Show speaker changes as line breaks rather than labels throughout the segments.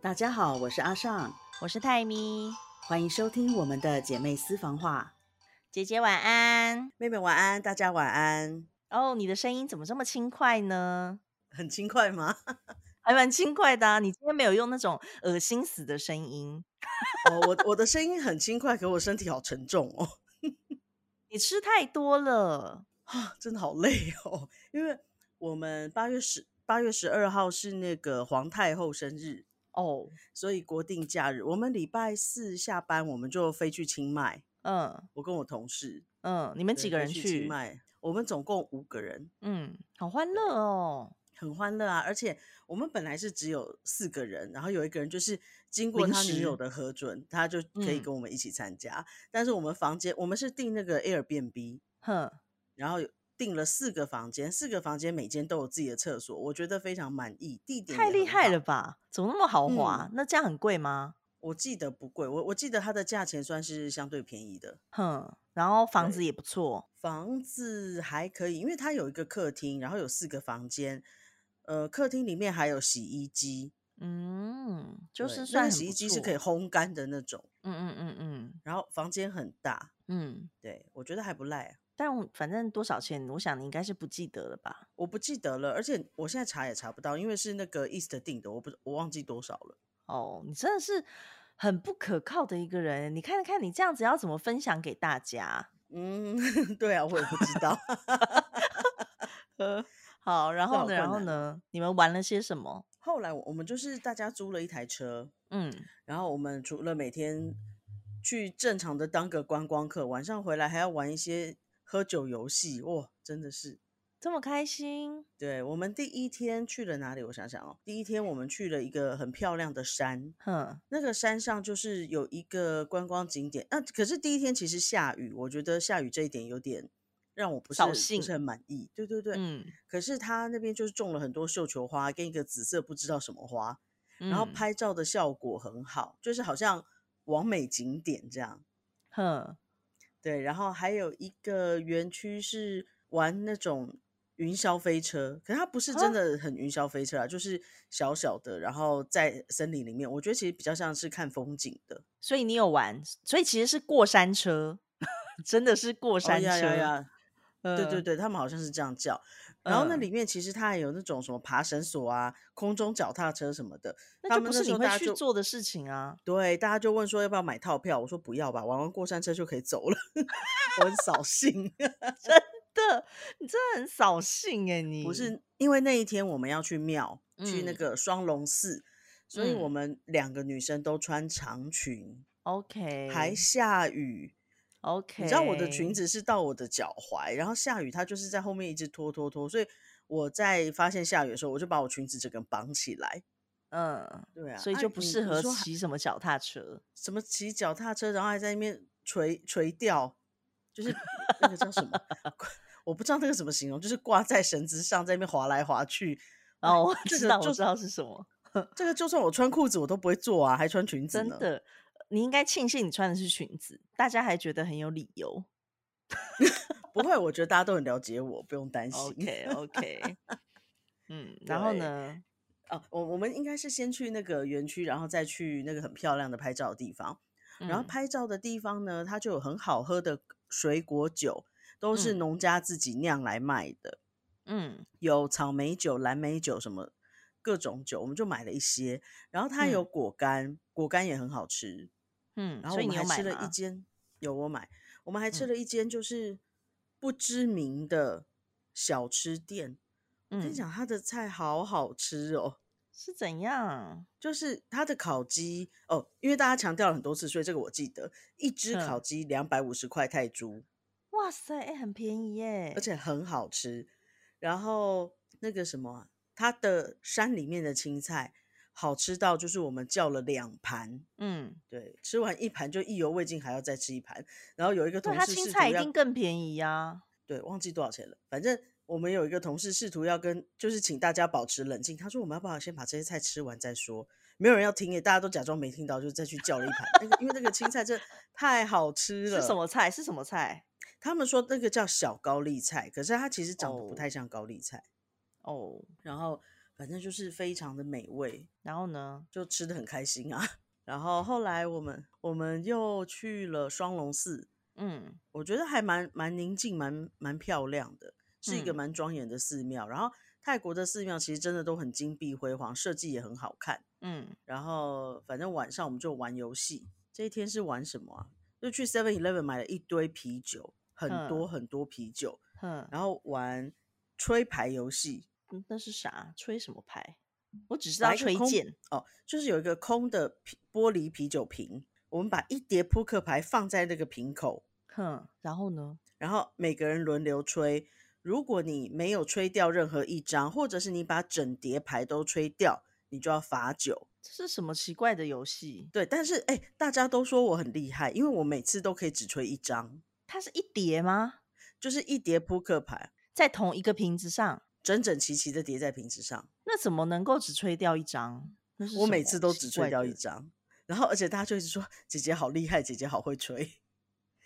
大家好，我是阿尚，
我是泰咪，
欢迎收听我们的姐妹私房话。
姐姐晚安。
妹妹晚安，大家晚安。
哦，你的声音怎么这么轻快呢？
很轻快吗？
还蛮轻快的、啊，你今天没有用那种恶心死的声音。
哦，我我的声音很轻快，可我身体好沉重哦，
你吃太多了，
啊，真的好累哦。 因为我们八月十八月十二号是那个皇太后生日，
哦，
所以国定假日，我们礼拜四下班我们就飞去清迈，
嗯
我跟我同事
嗯，你们几
对
个
飞
人
清
去？
迈，我们总共五个人，
嗯，好欢乐哦，
很欢乐啊！而且我们本来是只有四个人，然后有一个人就是经过
临
他女友
时
的核准，他就可以
嗯
跟我们一起参加。但是我们房间，我们是订那个 Airbnb，
哼，
然后有订了四个房间，四个房间每间都有自己的厕所，我觉得非常满意。地点
太
也很
厉
嗯
害
好
了，吧？怎么那么豪华？那这样很贵吗？
我记得不贵，我我记得它的价钱算是相对便宜的。
哼，然后房
对
子也不错，
房子还可以，因为它有一个客厅，然后有四个房间，呃，客厅里面还有洗衣机，
嗯，就
对
是
那
算
个
很
洗
不
衣机是可以
错，
烘干的那种。
嗯嗯嗯嗯
然后房间很大，
嗯，
对我觉得还不赖啊、
但我反正多少钱，我想你应该是不记得了吧？
我不记得了，而且我现在查也查不到，因为是那个 East 定的，我不我忘记多少了。
哦，你真的是很不可靠的一个人，你看看你这样子要怎么分享给大家？
嗯， 对啊，我也不知道。
呃，好，然
这好
后呢，然
困难哦
后呢，你们玩了些什么？
后来我我们就是大家租了一台车，
嗯，
然后我们除了每天去正常的当个观光客，晚上回来还要玩一些喝酒游戏，哇，真的是。
这么开心，
对我们第一天去了哪里？我想想哦，第一天我们去了一个很漂亮的山，
哼，
那个山上就是有一个观光景点，那、可是第一天其实下雨，我觉得下雨这一点有点让我不是
扫
很不是
兴
很满意。对对对，
嗯，
可是他那边就是种了很多绣球花跟一个紫色不知道什么花，
然
然后，拍照的效果很好，就是好像完美景点这样。
嗯哼，
对，然后还有一个园区是玩那种云霄飞车，可是它不是真
啊
的很云霄飞车啊，就是小小的，然后在森林里面，我觉得其实比较像是看风景的。
所以你有玩，所以其实是过山车， 真的是过
哦
山车，
呀呀呀！对对
呃，
对，他们好像是这样叫。然后那
嗯
里面其实它还有那种什么爬绳索啊、空中脚踏车什么的。
那
他
就
们
不
那
是
时
你
候
会
大家
去
就
做的事 情啊。
对大家就问说要不要买套票，我说不要吧，玩完过山车就可以走了， 我很扫 兴。
的，你真的很扫兴哎、你
不是因为那一天我们要去庙，去那
嗯
个双龙寺，所以我
嗯
们两个女生都穿长裙，
OK，
还下雨。
OK，
你知道我的裙子是到我的脚踝，然后下雨它就是在后面一直拖拖拖，所以我在发现下雨的时候，我就把我裙子整个绑起来。
嗯，
对啊，
所以
啊
就不
你
适
你
合
说还
骑什么脚踏车。
什么骑脚踏车，然后还在那边垂垂钓，就是那个叫什么挂，我不知道那个怎么形容，就是挂在绳子上在那边滑来滑去。
然 后我
这
知
个
道，
就
我知道是什么，
这个就算我穿裤子我都不会做啊，还穿裙子
真
呢。
的，你应该庆幸你穿的是裙子，大家还觉得很有理由。
不会，我觉得大家都很了解我，不用担心。
OK OK，嗯，然后
哦对
呢？
啊，我我们应该是先去那个园区，然后再去那个很漂亮的拍照的地方。然后
嗯
拍照的地方呢，它就有很好喝的水果酒，都是
嗯
农家自己酿来卖的，
嗯
有草莓酒、蓝莓酒什么各种酒，我们就买了一些。然后它有
嗯
果干，果干也很好吃。
嗯，
然后
所
我
以
们
你
还
有
吃
买
了一
吗？
间，有我买，我们还吃
嗯
了一间就是不知名的小吃店。我跟你
嗯，
讲，它的菜好好吃哦。
是怎样？
就是它的烤鸡哦，因为大家强调了很多次，所以这个我记得，一只烤
哼，
鸡两百五十块泰铢，
哇塞，哎，很便宜耶！
而且很好吃。然后那个什么啊，它的山里面的青菜好吃到，就是我们叫了两盘，
嗯，
对，吃完一盘就意犹未尽，还要再吃一盘。然后有一个
对，
同
它
事
青
试
菜
图
一
要
定更便宜啊。
对，忘记多少钱了。反正我们有一个同事试图要跟，就是请大家保持冷静。他说我们要不要先把这些菜吃完再说？没有人要听耶，大家都假装没听到，就再去叫了一盘。那个因为那个青菜真的太好吃
是什
了，
么菜？是什么菜？
他们说那个叫小高丽菜，可是它其实长得不
哦
太像高丽菜。
哦，
然后反正就是非常的美味，
然后呢？
就吃的很开心啊。 然后后来我们我们又去了双龙寺，
嗯，
我觉得还蛮蛮宁静，蛮蛮漂亮的，是一个
嗯
蛮庄严的寺庙。然后泰国的寺庙其实真的都很金碧辉煌，设计也很好看。
嗯，
然后反正晚上我们就玩游戏。这一天是玩什么啊？就去 Seven Eleven 买了一堆啤酒，很多
嗯
很多啤酒，
哼，
然后玩吹牌游戏，
嗯那是啥？吹什么牌？我只知
把
道
一个
吹
空
剑。
哦，就是有一个空的啤玻璃啤酒瓶，我们把一叠扑克牌放在那个瓶口，
哼，然后呢？
然后每个人轮流吹。如果你没有吹掉任何一张，或者是你把整叠牌都吹掉，你就要罚酒。
这是什么奇怪的游戏？
对，但是哎、大家都说我很厉害，因为我每次都可以只吹一张，
它是一叠吗？
就是一叠扑克牌
在同一个瓶子上，
整整齐齐的叠在瓶子上，
那怎么能够只吹掉一张？那是
我
什
每
么
次都
奇
只吹
怪
掉
的
一，张。然后，而且大家就一直说姐姐好厉害，姐姐好会吹。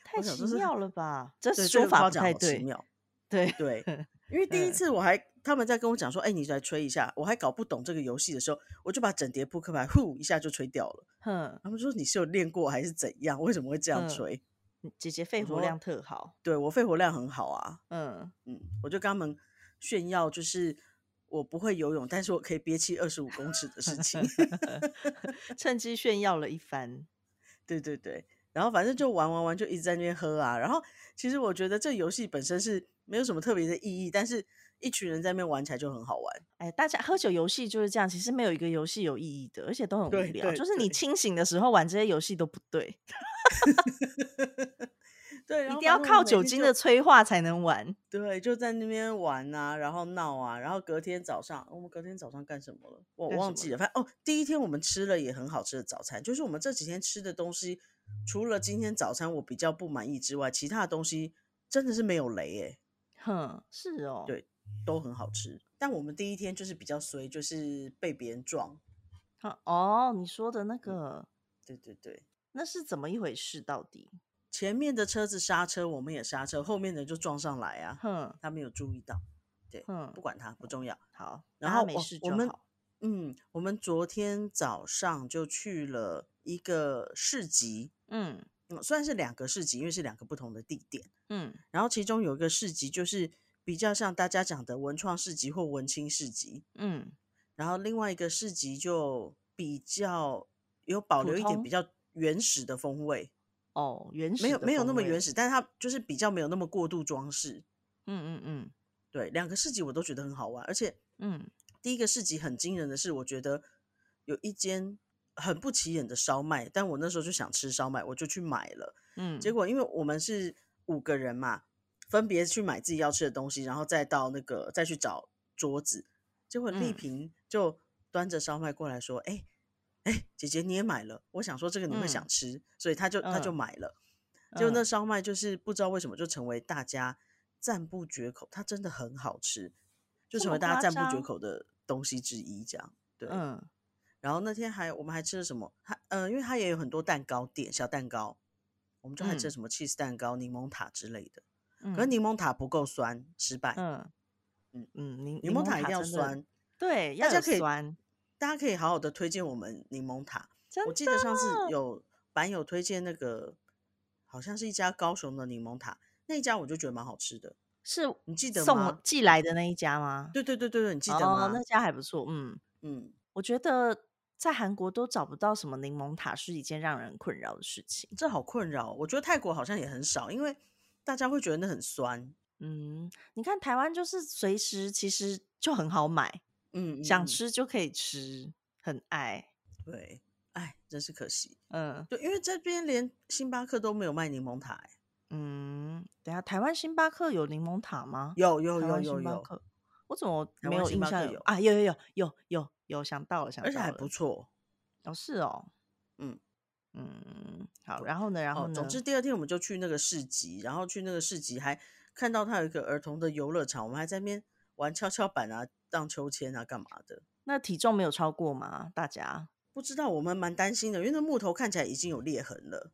太
我想
奇
说是
妙 了吧？ 这
对，这
说
个
法
夸
不
奖
太
好奇
对，
妙。
对，
对，因为第一
嗯
次我还他们在跟我讲说，哎、你来吹一下，我还搞不懂这个游戏的时候，我就把整叠扑克牌呼一下就吹掉了。
哼，
他们说你是有练过还是怎样？为什么会这样
嗯
吹？
姐姐肺
我
活
说
量特好，
对我肺活量很好啊，
嗯，
嗯，我就跟他们炫耀，就是我不会游泳，但是我可以憋气二十五公尺的事 情。
趁机炫耀了一番，
对对对，然后反正就玩玩玩，就一直在那边喝啊。然后其实我觉得这游戏本身是没有什么特别的意义，但是一群人在那边玩起来就很好玩。
哎，大家喝酒游戏就是这样，其实没有一个游戏有意义的，而且都很无
对
聊。
对
就是你
对
清醒的时候玩这些游戏都不对，
对，啊
一
然后
定
反
要
正我
靠
们每
酒
天
精
就
的催化才能玩。
对，就在那边玩啊，然后闹啊，然后隔天早上，我们隔天早上干什么了？我
干什
忘
么
记了。反正哦，第一天我们吃了也很好吃的早餐，就是我们这几天吃的东西，除了今天早餐我比较不满意之外，其他的东西真的是没有雷诶、
哼，是哦，
对都很好吃。但我们第一天就是比较衰，就是被别人撞。
哼哦，你说
嗯
的那个
对对对，
那是怎么一回事？到底？
前面的车子刹车，我们也刹车，后面的人就撞上来啊，
哼
他没有注意到。对，
哼哦
不，管他，不重要。
好，
然
大家
后
没
我
事
我
就
们
好。
嗯，我们昨天早上就去了一个市集，
嗯
嗯，算是两个市集，因为是两个不同的地点。
嗯
然后其中有一个市集就是比较像大家讲的文创市集或文青市集，
嗯，
然后另外一个市集就比较有保
普
留一点
通
比较原始的风味，
哦，原始
没有
的
没有那
风
么原
味，
始，但是它就是比较没有那么过度装饰。
嗯嗯
对，两个市集我都觉得很好玩，而且
嗯嗯，
第一个市集很惊人的是，我觉得有一间很不起眼的烧麦，但我那时候就想吃烧麦，我就去买了。
嗯，
结果因为我们是五个人嘛，分别去买自己要吃的东西，然后再到那个再去找桌子。结果丽
嗯
萍就端着烧麦过来说：“哎、哎、姐姐你也买了。”我想说这个你会想
嗯
吃，所以她就她就
嗯
买了。结果那
嗯
烧麦就是不知道为什么就成为大家赞不绝口，它真的很好吃，就
这
成
么
为大家
夸
赞不绝
张
口的东西之一。这样对，
嗯
然后那天还我们还吃了什么？它呃，因为它也有很多蛋糕店，小蛋糕，我们就还吃了
嗯
什么 cheese 蛋糕、柠檬塔之类的。
嗯，
可是柠檬塔不够酸，失败。
嗯
嗯
嗯，柠
柠檬塔
塔
一定要
真的
酸，
对，
大
要
家
有
可以
酸，
大家可以好好的推荐我们柠檬塔。
真
我记得上次有版友推荐那个，好像是一家高雄的柠檬塔，那一家我就觉得蛮好吃的，
是
你记得
送我
吗？
寄来的那一家吗？
对对对对对，你记得
哦
吗？，
那家还不错。嗯，
嗯，
我觉得在韩国都找不到什么柠檬塔是一件让人困扰的事情。
这好困扰哦。我觉得泰国好像也很少，因为大家会觉得那很酸。
嗯，你看台湾就是随时其实就很好买，
嗯，嗯
想
嗯
吃就可以吃，很爱。
对，哎，真是可惜。
嗯
对，因为这边连星巴克都没有卖柠檬塔、欸，
嗯，等一下台湾星巴克有柠檬塔吗？
有有
台
有
湾
有
星巴
有，
克，我怎么
台
没
湾
有
星
印
巴
象
克
有
有
啊？有有有有有有，想到了，想
而且
到
还
了
不。错。
哦，是哦，
嗯
嗯，好，
对
然后呢，然后
哦，
呢，
总之第二天我们就去那个市集，然后去那个市集还看到它有一个儿童的游乐场，我们还在那边玩跷跷板啊、荡秋千啊、干嘛的。
那体重没有超过吗？大 家？
不知道我们蛮担心的，因为那木头看起来已经有裂痕了，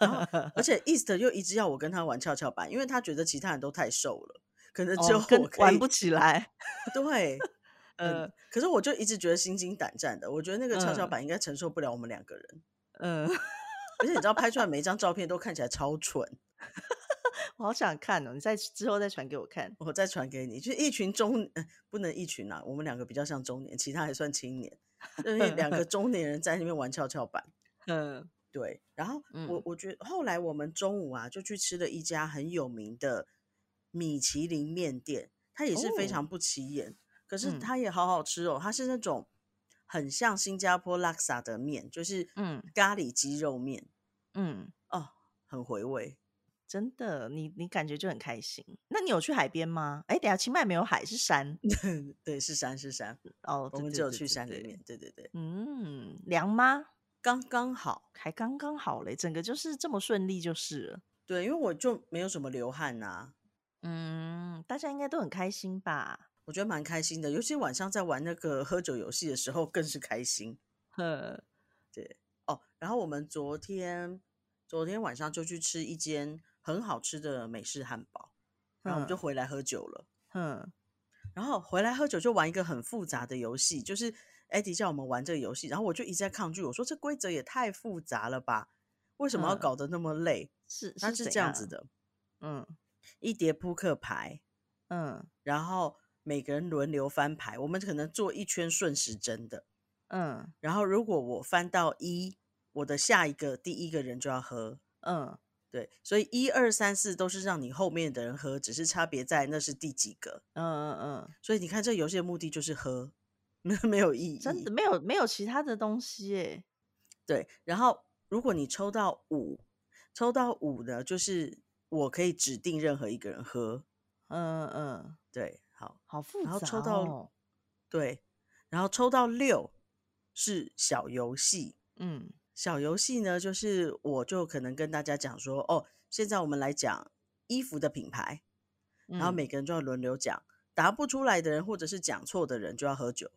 然后而且 East 又一直要我跟他玩跷跷板，因为他觉得其他人都太瘦了，可能只有
哦哦，跟
我可以
玩不起来。
对，嗯
呃，
可是我就一直觉得心惊胆战的，我觉得那个跷跷
嗯
板应该承受不了我们两个人，
呃，
而且你知道拍出来每一张照片都看起来超蠢，
我好想看哦，你再之后再传给我看。
我再传给你，就是一群中、呃、不能一群啊，我们两个比较像中年，其他还算青年，就是两个中年人在那边玩跷跷板。
嗯
对，然后我
嗯
我觉得后来我们中午啊就去吃了一家很有名的米其林面店，它也是非
哦
常不起眼，可是
嗯
它也好好吃哦，它是那种很像新加坡拉萨的面，就是
嗯
咖喱鸡肉面
嗯，
哦，很回味。
真的，你你感觉就很开心。那你有去海边吗？哎，等一下清迈没有海，是山
对，是山是山，
哦。
我
对
们
对
只有
对
去
对
山里
对
面，对对对，
嗯，凉吗？
刚刚好。
还刚刚好嘞，整个就是这么顺利就是了。
对，因为我就没有什么流汗呐、啊
嗯，大家应该都很开心吧？
我觉得蛮开心的，尤其晚上在玩那个 喝酒游戏的时候更是开心
呵，
哦。然后我们昨天昨天晚上就去吃一间很好吃的美式汉堡，然后我们就
嗯
回来喝酒了。
哼，
然后回来喝酒就玩一个很复杂的游戏，就是 Eddie 叫我们玩这个游戏，然后我就一直在抗拒，我说这规则也太复杂了吧，为什么要
嗯
搞得那么累？
是
它
是
是
怎
这样子
样，
的，
嗯
一叠扑克牌，
嗯
然后每个人轮流翻牌，我们可能做一圈顺时针的。
嗯
然后如果我翻到一，我的下一个第一个人就要喝。
嗯，
对，所以一二三四都是让你后面的人喝，只是差别在那是第几个。
嗯嗯嗯，
所以你看，这游戏的目的就是喝，没有没有意义。
真的没有没有其他的东西耶。
对。然后如果你抽到五，抽到五呢，就是我可以指定任何一个人喝。
嗯嗯，
对，好，
好复
然后
杂
抽到
哦。
对，然后抽到六是小游戏，
嗯
小游戏呢，就是我就可能跟大家讲说，哦，现在我们来讲衣服的品牌，然后
嗯
每个人就要轮流讲，答不出来的人或者是讲错的人就要喝酒，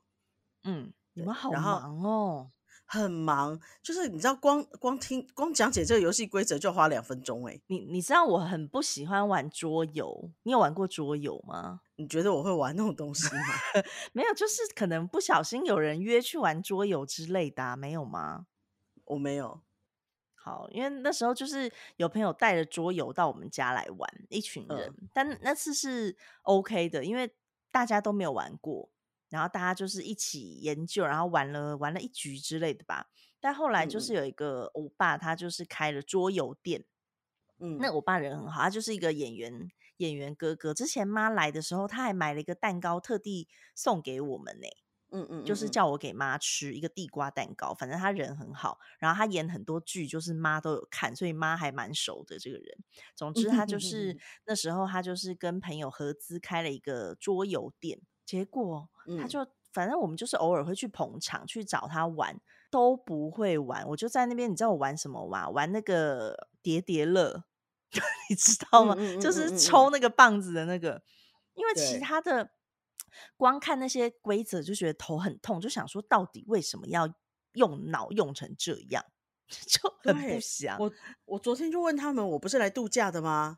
嗯，你
对
们好
然后
忙哦。
很忙，就是你知道光光听光讲解这个游戏规则就花两分钟欸诶、
你你知道我很不喜欢玩桌游，你有玩过桌游吗？
你觉得我会玩那种东西吗？
没有，就是可能不小心有人约去玩桌游之类的、啊，没有吗？
我没有，
好，因为那时候就是有朋友带着桌游到我们家来玩，一群
嗯
人，但那次是 OK 的，因为大家都没有玩过，然后大家就是一起研究，然后玩了玩了一局之类的吧。但后来
嗯
就
嗯
是有一个欧巴，他就是开了桌游店，
嗯，
那我爸人很好，他就是一个演员演员哥哥。之前妈来的时候，他还买了一个蛋糕，特地送给我们呢、
嗯嗯，
就是
嗯
叫我给妈吃一个地瓜蛋糕。反正他人很好，然后他演很多剧，就是妈都有看，所以妈还蛮熟的这个人。总之，他就是那时候他就是跟朋友合资开了一个桌游店，结果他
嗯
就反正我们就是偶尔会去捧场去找他玩，都不会玩。我就在那边，你知道我玩什么吗？玩那个叠叠乐， 你知道吗？
嗯嗯嗯
就
嗯
是
嗯
抽那个棒子的那个，因为
对
其他的光看那些规则就觉得头很痛，就想说到底为什么要用脑用成这样， 就很不
对
想。
我我昨天就问他们，我不是来度假的 吗？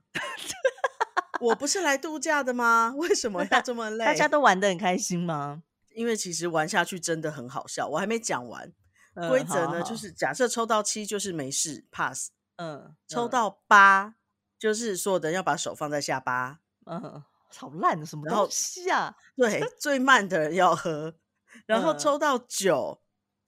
我不是来度假的吗？ 为什么要这么累？
大家都玩的很开心吗？
因为其实玩下去真的很好笑。我还没讲完，规
嗯
则
好
呢、
好
就是假设抽到七就是没事 pass，
嗯，
抽
嗯
到八就是所有的人要把手放在下巴，
嗯，好烂的什么
然
东
后
西啊？
对，最慢的人要喝，然后
嗯
抽到九、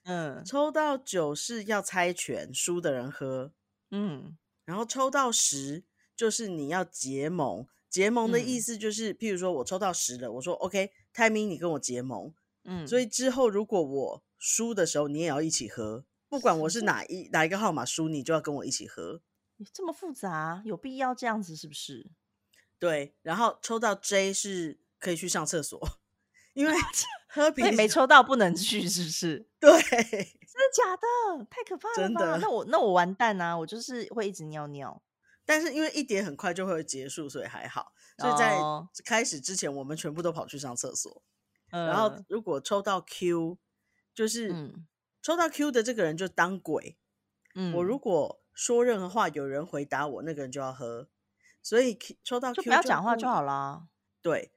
嗯
抽到九是要猜拳，输的人喝，
嗯
然后抽到十就是你要结盟。结盟的意
嗯
思就是，譬如说我抽到十了，我说 OK，泰明你跟我结盟，
嗯，
所以之后如果我输的时候，你也要一起喝，不管我是哪一哪一个号码输，你就要跟我一起喝。
这么复杂，有必要这样子是不是？
对，然后抽到 J 是可以去上厕所，因为 喝
所
啤
以啊没
酒。
抽到不能去，是不是？
对，
真的假的？太可怕了
真
吧！
的
那我那我完蛋啊！我就是会一直尿尿。
但是因为一点很快就会结束，所以还好。所以在
哦
开始之前，我们全部都跑去上厕所。
嗯、
然后如果抽到 Q，就是
嗯
抽到 Q 的这个人就当鬼，
嗯，
我如果说任何话，有人回答我，那个人就要喝。所以 Q, 抽到 Q
就不要讲话就
故
好啦。
对，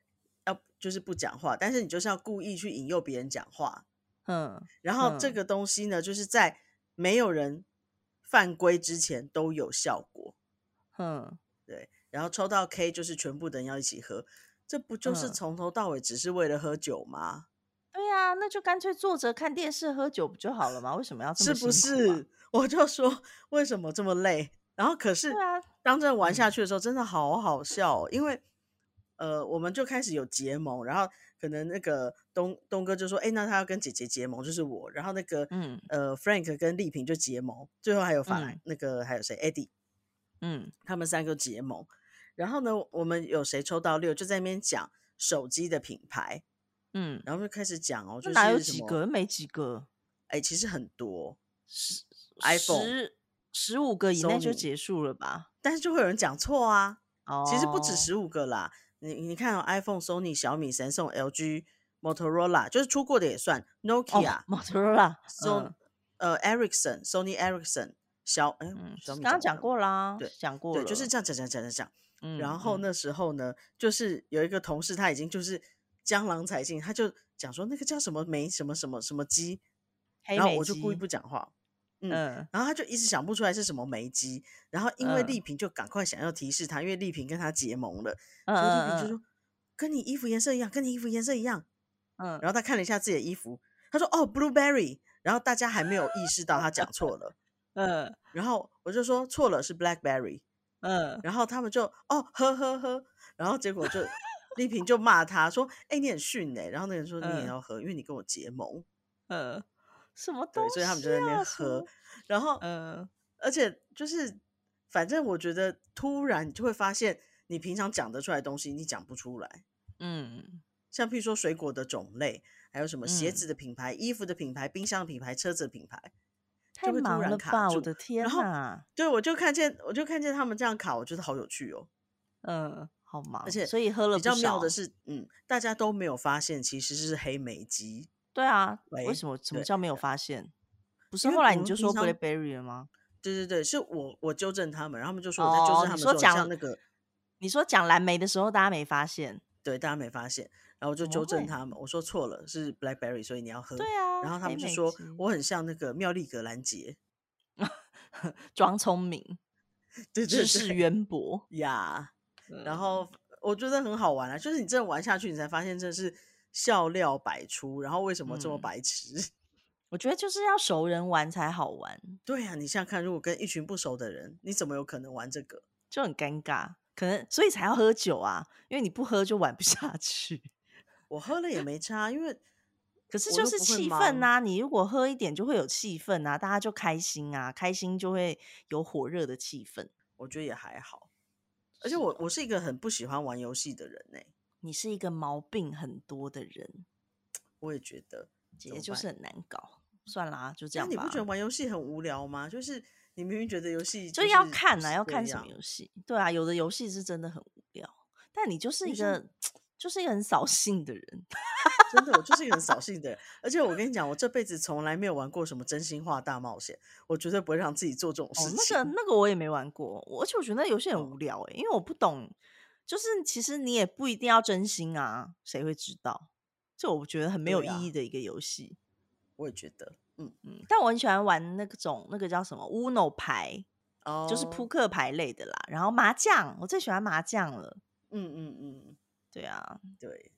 要就是不讲话，但是你就是要故意去引诱别人讲话。
嗯，
然后这
嗯
个东西呢，就是在没有人犯规之前都有效果。
嗯，
然后抽到 K 就是全部的人要一起喝，这不就是
嗯
从头到尾只是为了喝酒吗？
对啊，那就干脆坐着看电视喝酒不就好了吗？为什么要
是
这么
不
辛苦啊
是？ 我就说为什么这么累？然后可是
对啊，
当真的玩下去的时候，真的好好笑、哦，因为呃，我们就开始有结盟，然后可能那个东东哥就说，哎、那他要跟姐姐结盟，就是我，然后那个
嗯
呃 Frank 跟丽萍就结盟，最后还有法兰、
嗯
那个还有谁 Eddie，
嗯
他们三个结盟。然后呢，我们有谁抽到六，就在那边讲手机的品牌，
嗯，
然后就开始讲哦，就
那哪有
是什
几
么？
个？没几个
哎、其实很多，
十
iPhone
十十五个以内就
Sony
结束了吧？
但是就会有人讲错啊。
哦，
其实不止十五个啦，你你看、哦、iPhone、Sony、小米、神送、LG、Motorola，就是出过的也算，Nokia、
哦，Motorola，
Son
嗯
呃 Ericsson、Sony Ericsson、小哎、
嗯，
小米
刚刚讲
了
过啦，
对
讲过
对，
了，
就是这样讲讲讲讲讲。
嗯，
然后
嗯？
那时候呢，就是有一个同事他已经就是江郎才尽，他就讲说那个叫什么梅什么什么什么鸡，
黑
然后
莓
我就故意
机
不讲话，嗯
嗯
然后他就一直想不出来是什么梅鸡，然后因为
嗯
丽萍就赶快想要提示他，因为丽萍跟他结盟了，
嗯
所以丽萍就
嗯
说跟你衣服颜色一样，跟你衣服颜色一样。
嗯嗯，
然后他看了一下自己的衣服，他说哦，blueberry，然后大家还没有意识到他讲错了，
嗯
然后我就说错了是 blackberry，
嗯，
然后他们就哦呵呵呵，然后结果 就丽萍就骂他说：“哎、你很逊哎、然后那个人说：“你也
嗯
要喝，因为你跟我结盟。
呃，什么
对
东西、啊？
所以他们就在那边
什么
喝。嗯然后，
呃，
而且就是，反正我觉得突然你就会发现，你平常讲得出来的东西，你讲不出来。
嗯
像譬如说水果的种类，还有什么鞋
嗯
子的品牌、衣服的品牌、冰箱的品牌、车子的品牌，
太
会突
忙
然
了
卡
吧！
住
我的天
然后
哪，
对我就看见，我就看见他们这样卡，我觉得好有趣哦。
嗯、好忙，
且
所以喝了
比较
不
妙的
少，
是，嗯，大家都没有发现其实是黑莓鸡，
对啊，为
喂
什么什么
对
叫没有发现？不是
因为
后来
我
你
们
就
平
说
常
BlackBerry 了吗？哦
对对对，是我我纠正他们，然后他们就说我在纠正他们
你
说
说
很
讲
像那个，
你说讲蓝莓的时候，大家没发现？
对，大家没发现，然后我就
怎么
纠正
会
他们，我说错了，是 blackberry，所以你要喝。
对啊，
嗯然后他
黑
们就
莓
说
机
我很像那个妙丽格兰杰，
装聪明，
对对
知识
对，
渊博，
呀，然
嗯
后我觉得很好玩啊，就是你真的玩下去，你才发现真的是笑料百出，然后为什么这么
嗯
白痴？
我觉得就是要熟人玩才好玩，
对啊，你想想看，如果跟一群不熟的人，你怎么有可能玩这个？
就很尴尬，可能所以才要喝酒啊，因为你不喝就玩不 下去。
我喝了也没差，因为
可是
我
就
又
是
不会
气氛
忙
呐、你如果喝一点就会有气氛呐、大家就开心啊，开心就会有火热的气氛。
我觉得也还好。而且
是啊
我
的
我是一个很不喜欢玩游戏的人呢、
你是一个毛病很多的人，
我也觉得。
姐
怎么
姐就是
办
很难搞。算啦，就这
但
样
你不
吧
觉。得玩游戏很无聊吗？就是你明明觉得游戏
就要
是
看
是
啊，要
这
看什么
样
游戏。对啊，有的游戏是真的很无聊，但你就是
因
一
为像
个就是一个很扫兴的人。
真的，我就是一个很 扫兴的人。而且我跟你讲，我这辈子从来没有玩过什么真心话大冒险，我绝对不会让自己做这种
哦
事，
那
情。
个那个我也没玩过，我而且我觉得那游戏很
哦
无聊欸诶、因为我不懂，就是其实你也不一定要真心啊，谁会知道？就我觉得很没有
对啊
意义的一个游戏。
我也觉得，嗯，
嗯，但我很喜欢玩那个种那个叫什么 Uno 牌，
哦，
就是扑，克牌类的啦。然后麻将，我最喜欢麻将了。
嗯嗯嗯，
对啊，
对。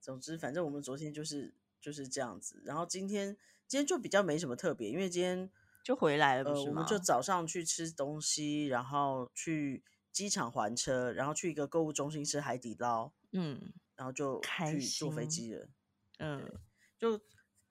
总之，反正我们昨天就是就是这样子，然后今天今天就比较没什么特别，因为今天
就回来了不
呃，
是
我
吗
们？就早上去吃东西，然后去机场还车，然后去一个购物中心吃海底捞，
嗯
然后就
开
去坐飞
心
机了。
嗯，
就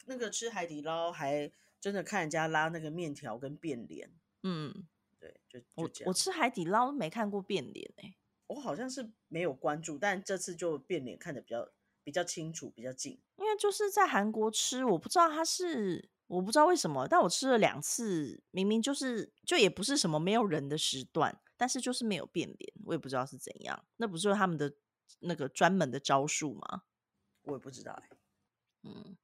那个吃海底捞，还真的看人家拉那个面条跟变脸，
嗯，
对，就就
我
这
我
样。
吃海底捞没看过变脸欸诶、
我好像是没有关注，但这次就变脸看得比较比较清楚，比较近。
因为就是在韩国吃，我不知道它是，我不知道为什么，但我吃了两次，明明就是就也不是什么没有人的时段，但是就是没有变脸，我也不知道是怎样。那不就是他们的那个专门的招数吗？
我也不知道哎、
嗯，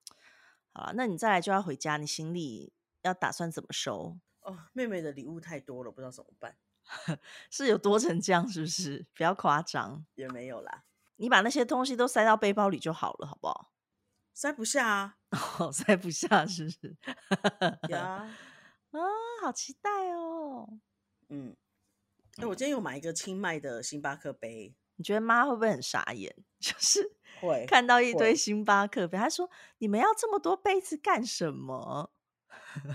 好了，那你再来就要回家，你行李要打算怎么收？
哦，妹妹的礼物太多了，不知道怎么办，
是有多成这样是不是？不要夸张。
也没有啦。
你把那些东西都塞到背包里就好了，好不好？
塞不下啊
哦， 塞不下是不是？
呀，
啊， 好期待哦！
嗯。哎、我今天有买一个清迈的星巴克杯，
你觉得妈会不会很傻眼？ 就是
会
看到一堆
会
星巴克杯，她说：“你们要这么多杯子干什么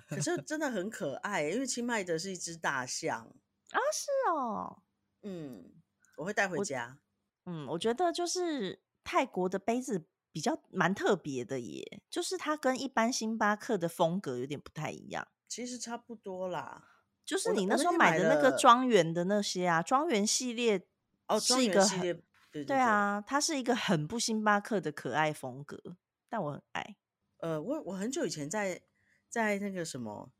可是真的很可爱欸，因为清迈的是一只大象。？”
啊，是哦，
嗯，我会带回家。
嗯，我觉得就是泰国的杯子比较蛮特别的耶，就是它跟一般星巴克的风格有点不太一样。
其实差不多啦。
就是
我那
你
我
那
那
时候
天
买
买
的那个
了
庄园的那些啊，庄园系列
哦，
是
庄
一
园
个
系
很
列，对对
对
对。
啊，它是一个很不星巴克的可爱风格，但我很爱。
呃，我我很久以前在在那个什么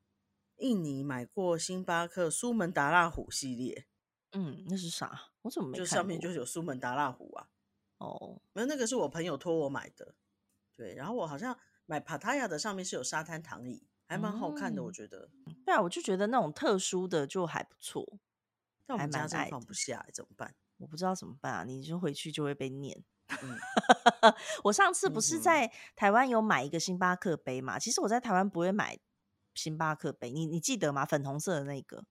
印尼买过星巴克苏门答腊虎系列，
嗯，那是啥？我怎么没
就
看
上面
过
就有苏门答腊虎啊。
哦，
没有，那个是我朋友托我买的。对，然后我好像买帕塔亚的上面是有沙滩躺椅，还蛮好看的，我
嗯
觉得。
对啊，我就觉得那种特殊的就还不错，
但我
还
们家
蛮
真的
爱
放
的。
不下、欸，怎么办？
我不知道怎么办啊，你就回去就会被念。
嗯，
我上次不
嗯
是
哼
在台湾有买一个星巴克杯嘛？其实我在台湾不会买星巴克杯，你你记得吗？粉红色的那个，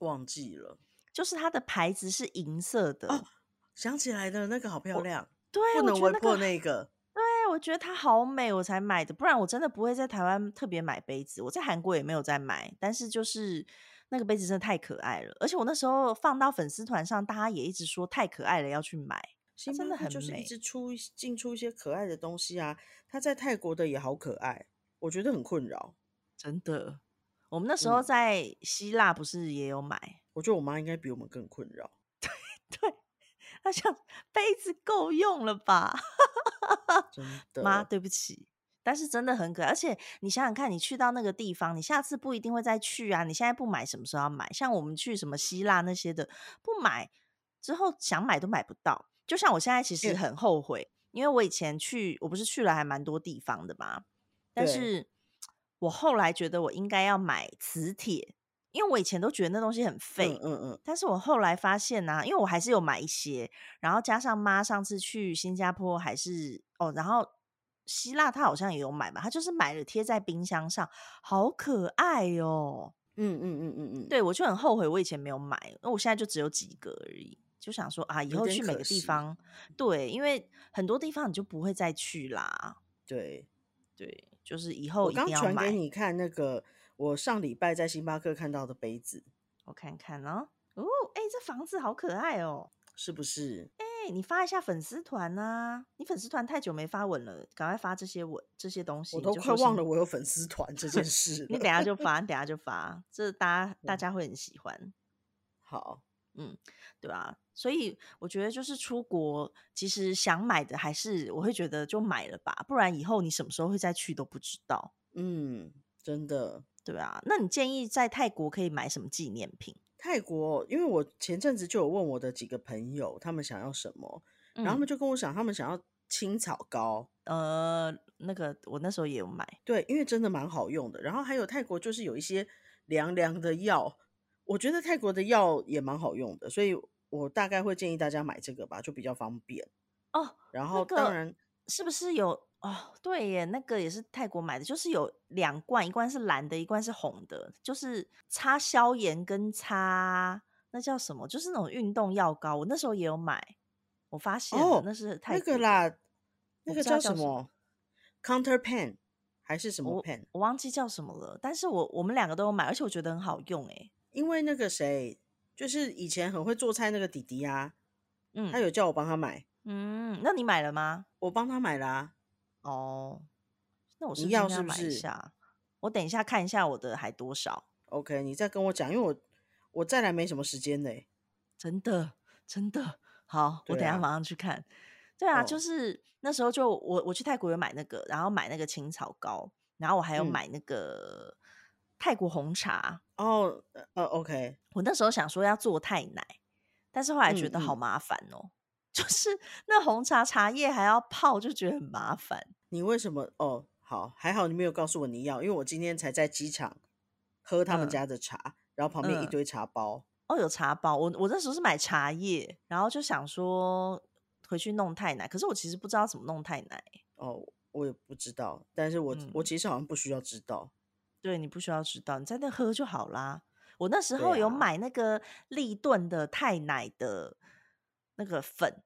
忘记了。
就是它的牌子是银色的。
哦想起来的那个好漂亮，
对，
不
啊哎我
能
觉得
为
那
破
个
那个。
对，我觉得它好美，我才买的。不然我真的不会在台湾特别买杯子。我在韩国也没有在买，但是就是那个杯子真的太可爱了。而且我那时候放到粉丝团上，大家也一直说太可爱了，要去买。
星
真
巴
的
克
很
就是一
美
直出一进出一些可爱的东西啊，它在泰国的也好可爱，我觉得很困扰。
真的，我们那时
嗯
候在希腊不是也有买？
我觉得我妈应该比我们更困扰。
对，他想杯子够用了吧？
真
妈，
的，嗯
对不起。但是真的很可爱，而且你想想看，你去到那个地方，你下次不一定会再去啊。你现在不买，什么时候要买？像我们去什么希腊那些的，不买之后想买都买不到。就像我现在其实
对
很后悔，因为我以前去，我不是去了还蛮多地方的嘛。但
对
是我后来觉得我应该要买磁铁，因为我以前都觉得那东西很废
嗯，嗯嗯，
但是我后来发现呢、因为我还是有买一些，然后加上妈上次去新加坡还是哦，然后希腊她好像也有买吧，她就是买了贴在冰箱上，好可爱哦。
嗯嗯嗯嗯嗯，，
对我就很后悔我以前没有买，那我现在就只有几个而已，就想说啊，以
有
后
点
去每
可
个地
惜嗯
方，对，因为很多地方你就不会再去啦，
对
对，就是以
我
后一定
刚
要
传给
买。
你看那个我上礼拜在星巴克看到的杯子，
我看看哦，哦，哎、这房子好可爱哦。
是不是？
哎、你发一下粉丝团呐、你粉丝团太久没发文了，赶快发这些文这些东西。
我
你
都
就
快
说是
忘
你
了我有粉丝团这件事
你
了。
等一下就发，你等一下就发，这大家大家会很喜欢，
好，
对吧、所以我觉得就是出国，其实想买的还是我会觉得就买了吧，不然以后你什么时候会再去都不知道，
嗯，真的，
对啊？那你建议在泰国可以买什么纪念品？
泰国，因为我前阵子就有问我的几个朋友，他们想要什么，然后他
嗯
们就跟我讲，他们想要青草膏，
呃，那个我那时候也有买，
对，因为真的蛮好用的。然后还有泰国就是有一些凉凉的药，我觉得泰国的药也蛮好用的，所以我大概会建议大家买这个吧，就比较方便。
哦，
然
那
后当
个
然，
是不是有哦？对耶，那个也是泰国买的，就是有两罐，一罐是蓝的，一罐是红的，就是擦消炎跟擦那叫什么，就是那种运动药膏。我那时候也有买，我发现了
哦
那是泰
那个
国的
啦，那
我
个
不知道
叫
叫
什
什么哦
么 counter pen 还是什么
我
pen？
我忘记叫什么了，但是我我们两个都有买，而且我觉得很好用诶。
因为那个谁，就是以前很会做菜那个弟弟啊，他
嗯
有叫我帮他买，
嗯，那你买了吗？
我帮他买啦、
哦，那我是
你
不是应
要
该
是不
买一
是
下？我等一下看一下我的还多少。
OK，你再跟我讲，因为我我再来没什么时间嘞、
真的，真的好，我
对
等一下
啊
马上去看。对啊，就
哦
是那时候就我我去泰国有买那个，然后买那个青草膏，然后我还有
嗯
买那个泰国红茶。
哦，呃呃，OK，
我那时候想说要做泰奶，但是后来觉
嗯
得好
嗯
麻烦哦、 就是那红茶茶叶还要泡，就觉得很麻烦。
你为什么？哦，好，还好你没有告诉我你要，因为我今天才在机场喝他们
嗯
家的茶，然后旁边一
嗯
堆茶包。
哦，有茶包，我我那时候是买茶叶，然后就想说回去弄太奶，可是我其实不知道怎么弄太奶。
哦，我也不知道，但是我、我
嗯
其实好像不需要知道。
对你不需要知道，你在那喝就好啦。我那时
对
候有
啊
买那个立顿的太奶的那个粉，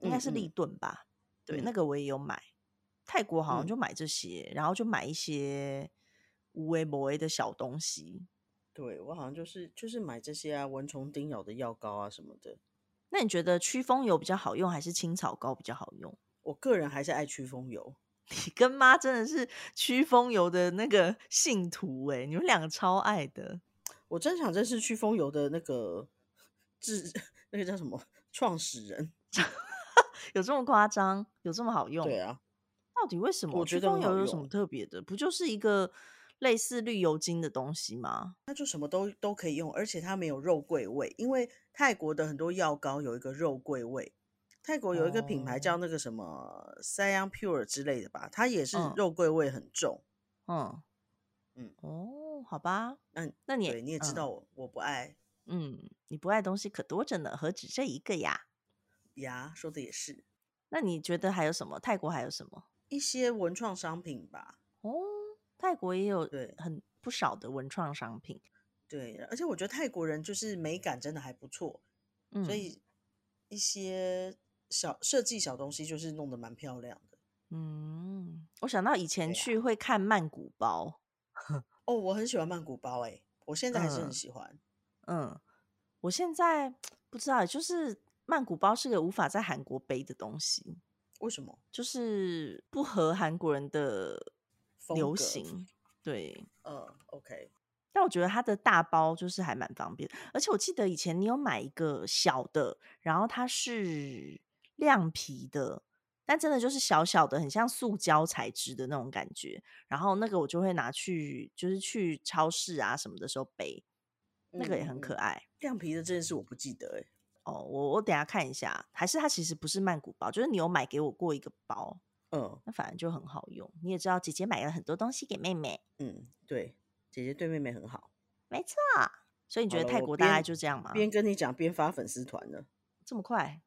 应该
嗯
是立
嗯
顿吧？对，那
嗯
个我也有买。泰国好像
嗯
就买这些，然后就买一些无为某为的小东西。
对我好像就是就是买这些啊，蚊虫叮咬的药膏啊什么的。
那你觉得驱风油比较好用，还是青草膏比较好用？
我个人还是爱驱风油。
你跟妈真的是驱风油的那个信徒哎、你们两个超爱的。
我真想这是驱风油的那个制 那个叫什么创始人。
有这么夸张？有这么好用？
对啊，
到底为什么
我
驱
觉得
风
很好
油有什
用
么特别的？不就是一个类似绿油精的东西吗？
它就什么都都可以用，而且它没有肉桂味，因为泰国的很多药膏有一个肉桂味。泰国有一个品牌
哦
叫那个什么 Siam Pure 之类的吧，它也是
嗯
肉桂味很重。
嗯
嗯
哦，好吧，
嗯，
那你
对，你也知道
嗯
我我不爱
嗯，你不爱的东西可多着呢，何止这一个呀？
牙，说的也是
那你觉得还有什么？泰国还有什么？
一些文创商品吧。
哦，泰国也有
对
很不少的文创商品。
对，而且我觉得泰国人就是美感真的还不错，
嗯，
所以一些小设计小东西就是弄得蛮漂亮的。
嗯，我想到以前
对啊
去会看曼谷包，
哦，我很喜欢曼谷包诶、我现在还是很
嗯
喜欢。
嗯，我现在不知道，就是曼谷包是个无法在韩国背的东西。
为什么？
就是不合韩国人的
风
流
格
行，对。
嗯，OK，
但我觉得它的大包就是还蛮方便，而且我记得以前你有买一个小的，然后它是亮皮的，但真的就是小小的，很像塑胶材质的那种感觉。然后那个我就会拿去，就是去超市啊什么的时候背，那个也
嗯
很可
嗯
爱。
亮皮的这件事我不记得诶、欸
哦，我我等一下看一下，还是它其实不是曼谷包，就是你有买给我过一个包，
嗯
那反正就很好用。你也知道，姐姐买了很多东西给妹妹，
嗯，对，姐姐对妹妹很好。
没错。所以你觉
好
得
了
泰
我
国大概
边
就这样吗？
边跟你讲边发粉丝团呢，
这么快？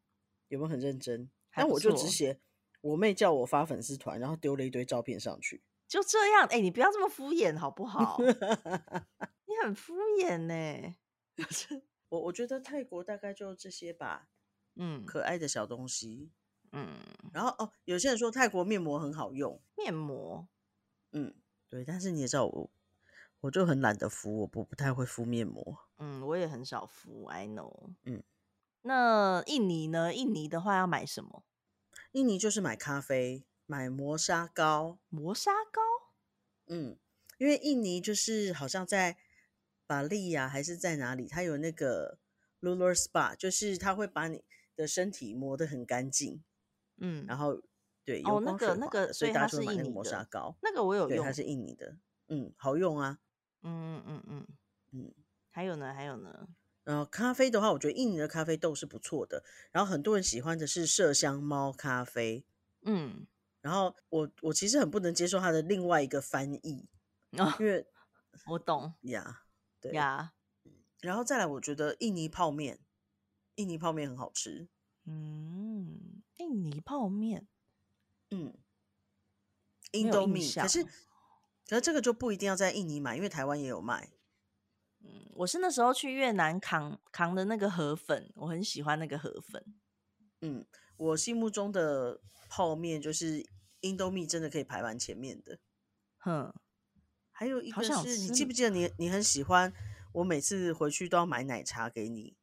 有没有很认真？
还
但
不
我就只
错
写我妹叫我发粉丝团，然后丢了一堆照片上去。
就这样？哎、你不要这么敷衍好 不好？你很敷衍呢、
我我觉得泰国大概就这些吧，
嗯
可爱的小东西。
嗯，
然后哦，有些人说泰国面膜很好用，
面膜
嗯，对，但是你也知道我，我就很懒得敷，我不不太会敷面膜。
嗯，我也很少敷，I know。
嗯，
那印尼呢？印尼的话要买什么？
印尼就是买咖啡，买磨砂膏，
磨砂膏？
嗯，因为印尼就是好像在巴利呀、还是在哪里，它有那个 Lunar Spa，就是它会把你的身体磨得很干净，
嗯，
然后对油
哦那
光
个
水
那
滑
个
的所
所
以
以
大
它
家就会
是
买那个
印尼
磨砂
的
膏，
那个我有
对，
用
它。是印尼的，嗯，好用啊，
嗯嗯嗯嗯
嗯。
还有呢？还有呢？
然后咖啡的话，我觉得印尼的咖啡豆是不错的。然后很多人喜欢的是麝香猫咖啡。
嗯，
然后我我其实很不能接受它的另外一个翻译，
哦，
因为
我懂
呀，对。
呀。
然后再来，我觉得印尼泡面，印尼泡面很好吃。
嗯，印尼泡面，
嗯，
有
印
印
度米，可
象
是可是这个就不一定要在印尼买，因为台湾也有卖。
嗯，我是那时候去越南扛扛的那个河粉，我很喜欢那个河粉。
嗯，我心目中的泡面就是印度米，真的可以排完前面的。
哼，
还有一
好
个
想
是你
吃
记
呢
不记得你你很喜欢我每次回去都要买奶茶给你，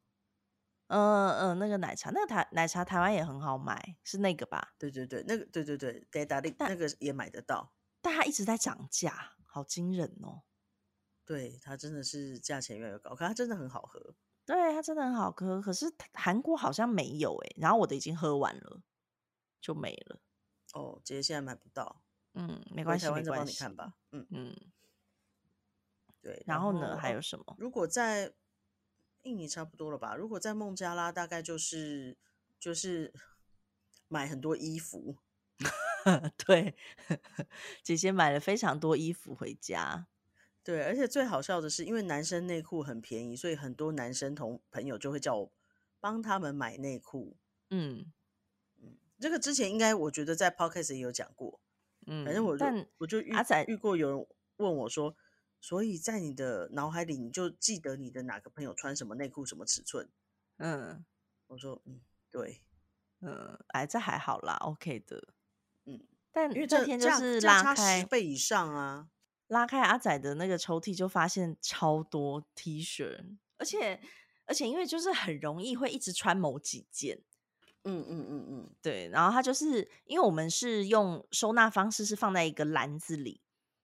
嗯嗯，那个奶茶，那个台奶茶台湾也很好买，是那个吧？
对对对，那个对对对 d a d a 那个也买得到，
但它一直在涨价，好惊人哦。
对它真的是价钱越来越高，可它真的很好喝。
对，它真的很好喝，可是它韩国好像没有诶、然后我的已经喝完了，就没了。
哦，姐姐现在买不到，
嗯，没
没
关系，
台
没
湾再帮
关
你
系。
看吧。嗯，
嗯，
对。
然后呢？还
哦
有 什么？
如果在印尼差不多了吧？如果在孟加拉，大概就是就是 买很多衣服，
对，姐姐买了非常多衣服回家。
对，而且最好笑的是，因为男生内裤很便宜，所以很多男生同朋友就会叫我帮他们买内裤。
嗯，
嗯，这个之前应该我觉得在 podcast 也有讲过，
嗯，
反正我就
但
我就遇
阿仔
遇过有人问我说，所以在你的脑海里你就记得你的哪个朋友穿什么内裤什么尺寸？
嗯
我说嗯，对，
嗯，哎，这还好啦，OK 的，
嗯，
但
因为这
那天
这
就
样
是
这样
拉
差十
开
倍以上啊，
拉开阿仔的那个抽屉，就发现超多 T 恤，而且而且因为就是很容易会一直穿某几件，
嗯嗯嗯嗯，
对，然后它就是因为我们是用收纳方式是放在一个篮子里，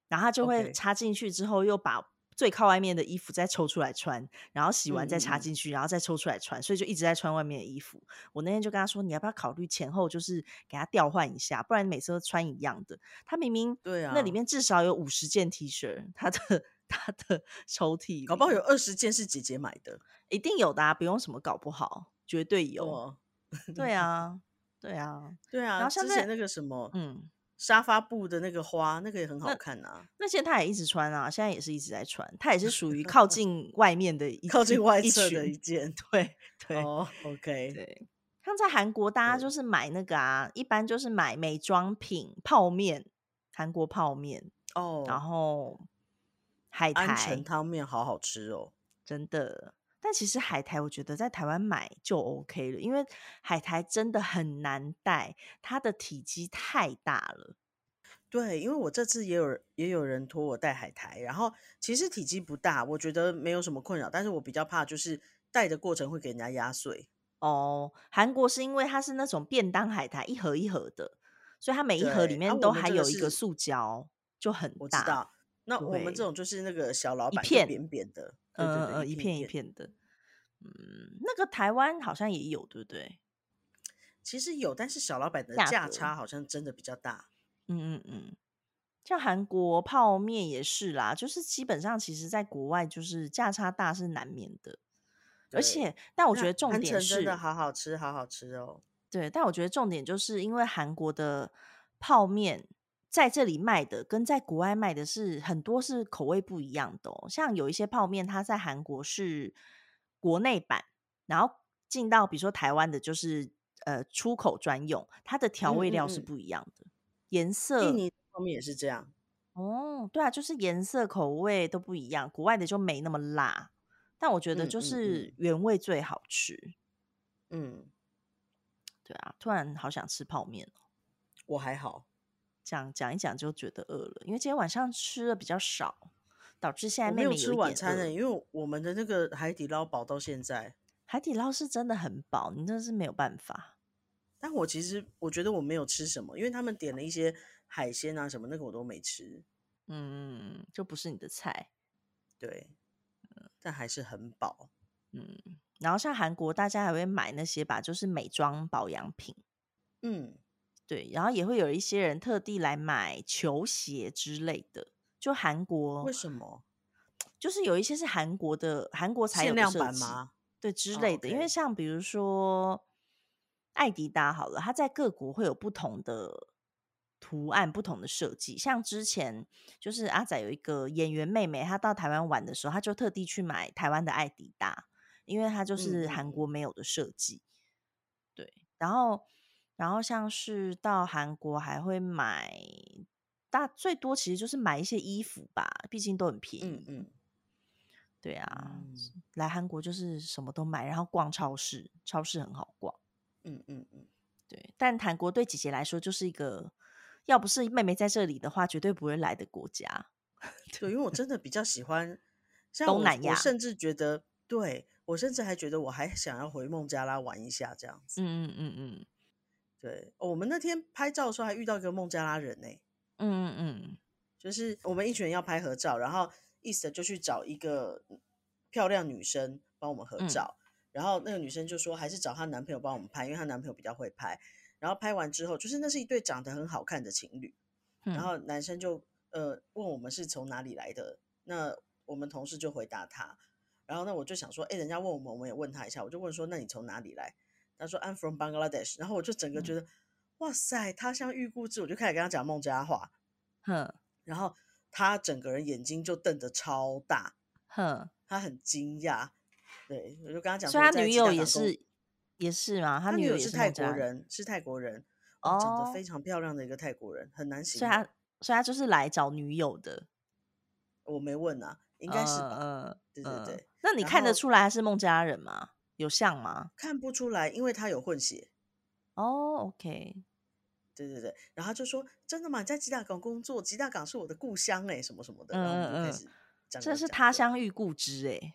然后它就会
OK
插进去之后，又把最靠外面的衣服再抽出来穿，然后洗完
嗯
再
嗯
插
嗯
进去，然后再抽出来穿，所以就一直在穿外面的衣服。我那天就跟他说，你要不要考虑前后就是给他调换一下，不然每次都穿一样的。他明明
对
那里
啊
面至少有五十件 T 恤，他的 他的抽屉
搞不好
里
有二十件是姐姐买的
一定有的、啊，不用什么搞不好，绝对有。
哦，
对啊，对啊，
对啊，
然后像
之
那
前那个什么
嗯。
沙发布的那个花，那个也很好
那
看啊，
那件他也一直穿啊，现在也是一直在穿，他也是属 于靠近外面的一
靠
一
近外
一
侧的
群
一件，
对对、
哦，OK，
对。像在韩国，大家
对
就是买那个啊，一般就是买美妆品、泡面，韩国泡面，然
哦，
后海
安城
苔，
汤面好好吃哦，
真的。但其实海苔，我觉得在台湾买就 OK 了，因为海苔真的很难带，它的体积太大了。
对，因为我这次也有人也有人托我带海苔，然后其实体积不大，我觉得没有什么困扰，但是我比较怕就是带的过程会给人家压碎。
哦，韩国是因为它是那种便当海苔，一盒一盒的，所以它每一盒里
对啊
面
我
都
们
还
这个
有一个
是
塑胶，就很
我知
大，
道，那我们
对
这种就是那个小老
一
板就
片
扁扁的，对对
呃
对，
呃，
一
一
片
片一片的。嗯，那个台湾好像也有，对不对？
其实有，但是小老板的
价
价
格
差好像真的比较大。
嗯嗯嗯，像韩国泡面也是啦，就是基本上其实在国外就是价差大是难免的，而
对
且但我
那
觉得重
韩
点
城
是，
真的好好吃，好好吃哦。
对，但我觉得重点就是因为韩国的泡面在这里卖的跟在国外卖的是很多是口味不一样的哦。像有一些泡面，它在韩国是国内版，然后进到比如说台湾的，就是呃出口专用，它的调
嗯
味
嗯
料是
嗯
不一样的，颜色
印尼方面也是这样，
哦，对啊，就是颜色、口味都不一样，国外的就没那么辣，但我觉得
嗯
就
嗯
是原味最好吃。
嗯，
对啊，突然好想吃泡面。
我还好。
讲讲一讲就觉得饿了，因为今天晚上吃的比较少，导致现在
我没
妹
有
妹
吃
一
晚
点
餐呢、
饿。
因为我们的那个海底捞饱到现在。
海底捞是真的很饱，你真是没有办法。
但我其实我觉得我没有吃什么，因为他们点了一些海鲜啊什么，那个我都没吃。
嗯，就不是你的菜。
对，
呃
但还是很饱。
嗯，然后像韩国，大家还会买那些吧，就是美妆保养品。
嗯，
对，然后也会有一些人特地来买球鞋之类的。就韩国
为，什么？
就是有一些是韩国的，韩国才有
限
的
量
设
版
计。
吗？
对之
哦
类的。因为
，OK
像比如说艾迪达好了，它在各国会有不同的图案、不同的设计。像之前就是阿仔有一个演员妹妹，她到台湾玩的时候，她就特地去买台湾的艾迪达，因为它就
嗯
是
嗯
韩
嗯
国没有的设计。对，然后然后像是到韩国还会买。大最多其实就是买一些衣服吧，毕竟都很便
嗯
宜。
嗯
对啊，
嗯
来韩国就是什么都买，然后逛超市，超市很好逛。
嗯嗯嗯，
对，但韩国对姐姐来说就是一个，要不是妹妹在这里的话，绝对不会来的国家。
对，因为我真的比较喜欢，像
东
我
南
我
亚
甚至觉得，对我甚至还觉得我还想要回孟加拉玩一下这样子。
嗯嗯嗯嗯
对，哦我们那天拍照的时候还遇到一个孟加拉人呢、
嗯嗯
就是我们一群人要拍合照，然后 East 就去找一个漂亮女生帮我们合
嗯
照，然后那个女生就说还是找她男朋友帮我们拍，因为她男朋友比较会拍。然后拍完之后，就是那是一对长得很好看的情侣，
嗯，
然
嗯
后男生就呃问我们是从哪里来的，那我们同事就回答他，然后呢我就想说，哎，人家问我们，我们也问他一下，我就问说，那你从哪里来？他说 I'm from Bangladesh，然后我就整个
嗯
觉得，哇塞，他乡遇故知，我就开始跟他讲孟加拉话，
哼
然后他整个人眼睛就瞪得超大，
哼，
他很惊讶。对，我就跟他讲
所
说
以
我
他
在
女
吉大
友
打
也
工，
是也是嘛，他
他
女
女
友
友
也
是
是
泰
孟加
国
拉人。
人，是泰国人。哇长得
哦
非常漂亮的一个泰国人，很难形
所以他
容。
所以他就是来找女友的，
我没问啊，应该是吧？
嗯
对对对，
那你
然
看得
后
出来他是孟家人吗？有像吗？
看不出来，因为他有混血。
哦，OK，
对对对，然后他就说：“真的吗？你在吉大港工作？吉大港是我的故乡哎、什么什么的。”然后我们就
嗯嗯
开
嗯
始讲
这
讲
是
讲
他
对
乡遇故知哎、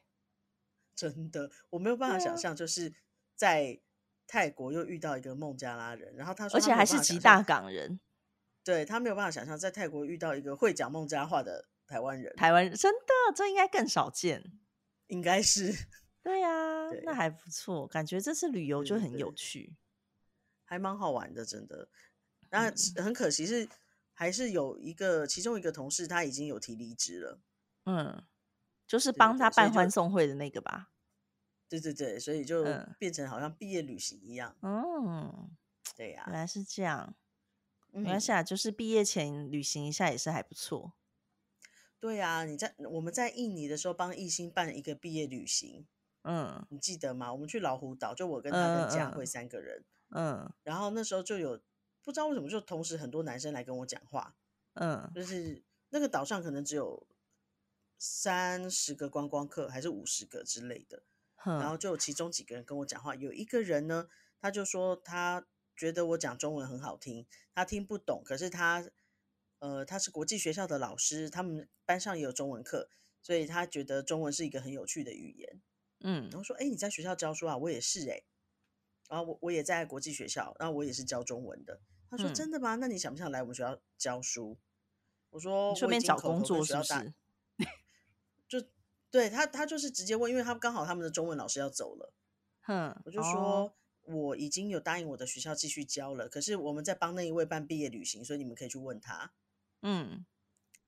真的，我没有办法
对啊
想象，就是在泰国又遇到一个孟加拉人，然后他说他
而且
没有
还
办
是
法
极
想
大
象，
港人，
对他没有办法想象在泰国遇到一个会讲孟加话的台湾人，
台湾人真的这应该更少见。
应该是
对呀、
对
那还不错，感觉这次旅游
对
就
对
很有
对
趣。
还蛮好玩的，真的。那
嗯
只很可惜是还是有一个其中一个同事他已经有提离职了，
嗯，就是
对
帮
对
他
所以
办
就
欢送会的那个吧。
对对对，所以就
嗯
变成好像毕业旅行一样，
嗯，
对呀、
原来是这样。
嗯
没关系啊，就是毕业前旅行一下也是还不错。
对呀、你在我们在印尼的时候帮艺兴办一个毕业旅行，
嗯
你记得吗？我们去老虎岛，就我跟他跟佳慧
嗯嗯
三个人，
嗯
然后那时候就有不知道为什么，就同时很多男生来跟我讲话，
嗯，
就是那个岛上可能只有三十个观光客还是五十个之类的，然后
哼，
就有其中几个人跟我讲话，有一个人呢，他就说他觉得我讲中文很好听，他听不懂，可是他呃他是国际学校的老师，他们班上也有中文课，所以他觉得中文是一个很有趣的语言。
嗯
然后说：“哎、你在学校教书啊？我也是哎、然后我我也在国际学校，然后我也是教中文的。”他说：“
嗯
真的吗？那你想不想来我们学校教书？”我说：“
你顺
我已
便
经
找
口头
工
跟
作
学
是不
校打
是？
就对他，他就是直接问，因为他刚好他们的中文老师要走了，
哼，
我就说、
哦
我已经有答应我的学校继续教了，可是我们在帮那一位办毕业旅行，所以你们可以去问他。
嗯，